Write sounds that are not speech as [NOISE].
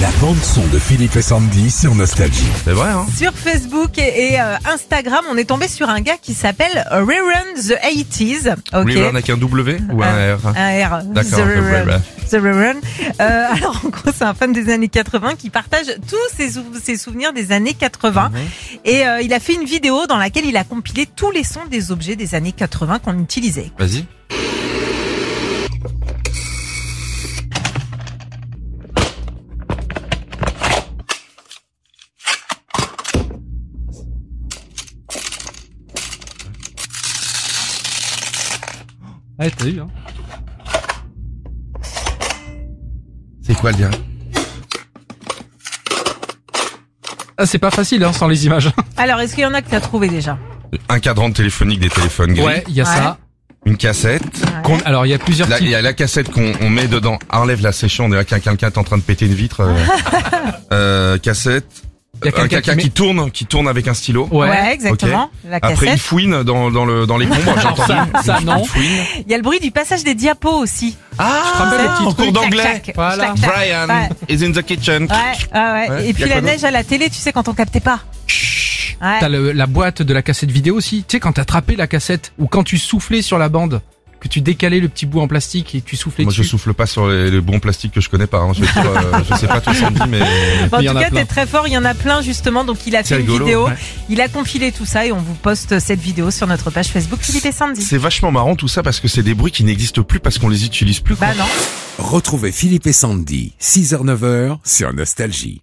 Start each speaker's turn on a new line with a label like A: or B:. A: La bande-son de Philippe et Sandy sur Nostalgie.
B: C'est vrai, hein
C: Sur Facebook et, et, euh, Instagram, on est tombé sur un gars qui s'appelle Rerun the 80s. Ok.
B: Rerun avec un W ou un R
C: Un R. The
B: D'accord, bah.
C: Rerun.
B: Rerun.
C: The Rerun. Euh, [LAUGHS] alors, en gros, c'est un fan des années 80 qui partage tous ses, sou- ses souvenirs des années 80.
B: Mhm.
C: Et euh, il a fait une vidéo dans laquelle il a compilé tous les sons des objets des années 80 qu'on utilisait.
B: Vas-y.
D: Ouais, t'as eu, hein.
B: C'est quoi le lien
D: Ah, c'est pas facile, hein, sans
B: [LAUGHS]
D: les images.
C: Alors, est-ce qu'il y en a que tu as trouvé déjà
B: Un cadran téléphonique des téléphones gris.
D: Ouais, il y a
C: Ouais.
D: ça.
B: Une cassette.
D: Qu'on- Alors, il y a plusieurs
B: Là, il
D: types.
B: y a la cassette qu'on on met dedans. Enlève la séchant. On dirait qu'un- quelqu'un est en train de péter une vitre. euh. Euh, cassette.
D: Il y a
B: Un
D: quelqu'un
B: euh, quelqu'un
D: qui
B: qui, tourne, qui tourne avec un stylo.
D: Ouais.
C: exactement. La
B: Après une
C: cassette.
B: fouine dans, dans le dans les combres, Oh, j'ai
D: Alors
B: entendu.
D: ça, ça,
B: Une
D: non.
B: fouine.
C: Il y a le bruit du passage des diapos aussi.
B: Ah,
D: rappelle le petit
B: en
D: truc.
B: cours d'anglais.
C: Clac, clac,
D: Voilà.
C: clac, clac.
B: Brian
C: Ouais.
B: is in the kitchen.
C: Ouais, ouais, ouais.
B: Ouais,
C: Et
B: y a
C: puis
B: quoi
C: la
B: d'autre
C: neige à la télé, tu sais, quand on captait pas. Ouais.
D: T'as le- la boîte de la cassette vidéo aussi. Tu sais, quand t'attrapais la cassette ou quand tu soufflais sur la bande, que tu décalais le petit bout en plastique et tu soufflais
B: Moi, je
D: dessus.
B: souffle pas sur les, les bons plastiques que je connais pas. hein. Je, vais dire, euh, je sais pas tout Sandy, mais
C: Bon, en
D: Il y
C: tout
D: en a
C: cas,
D: plein.
C: t'es très fort, il y en a plein justement. Donc, il a
B: C'est
C: fait une
B: rigolo,
C: vidéo,
B: ouais.
C: il a compilé tout ça et on vous poste cette vidéo sur notre page Facebook Philippe et Sandy.
B: c'est vachement marrant tout ça parce que c'est des bruits qui n'existent plus parce qu'on les utilise plus. quoi.
C: Bah non.
A: Retrouvez Philippe et Sandy, 6h-9h sur Nostalgie.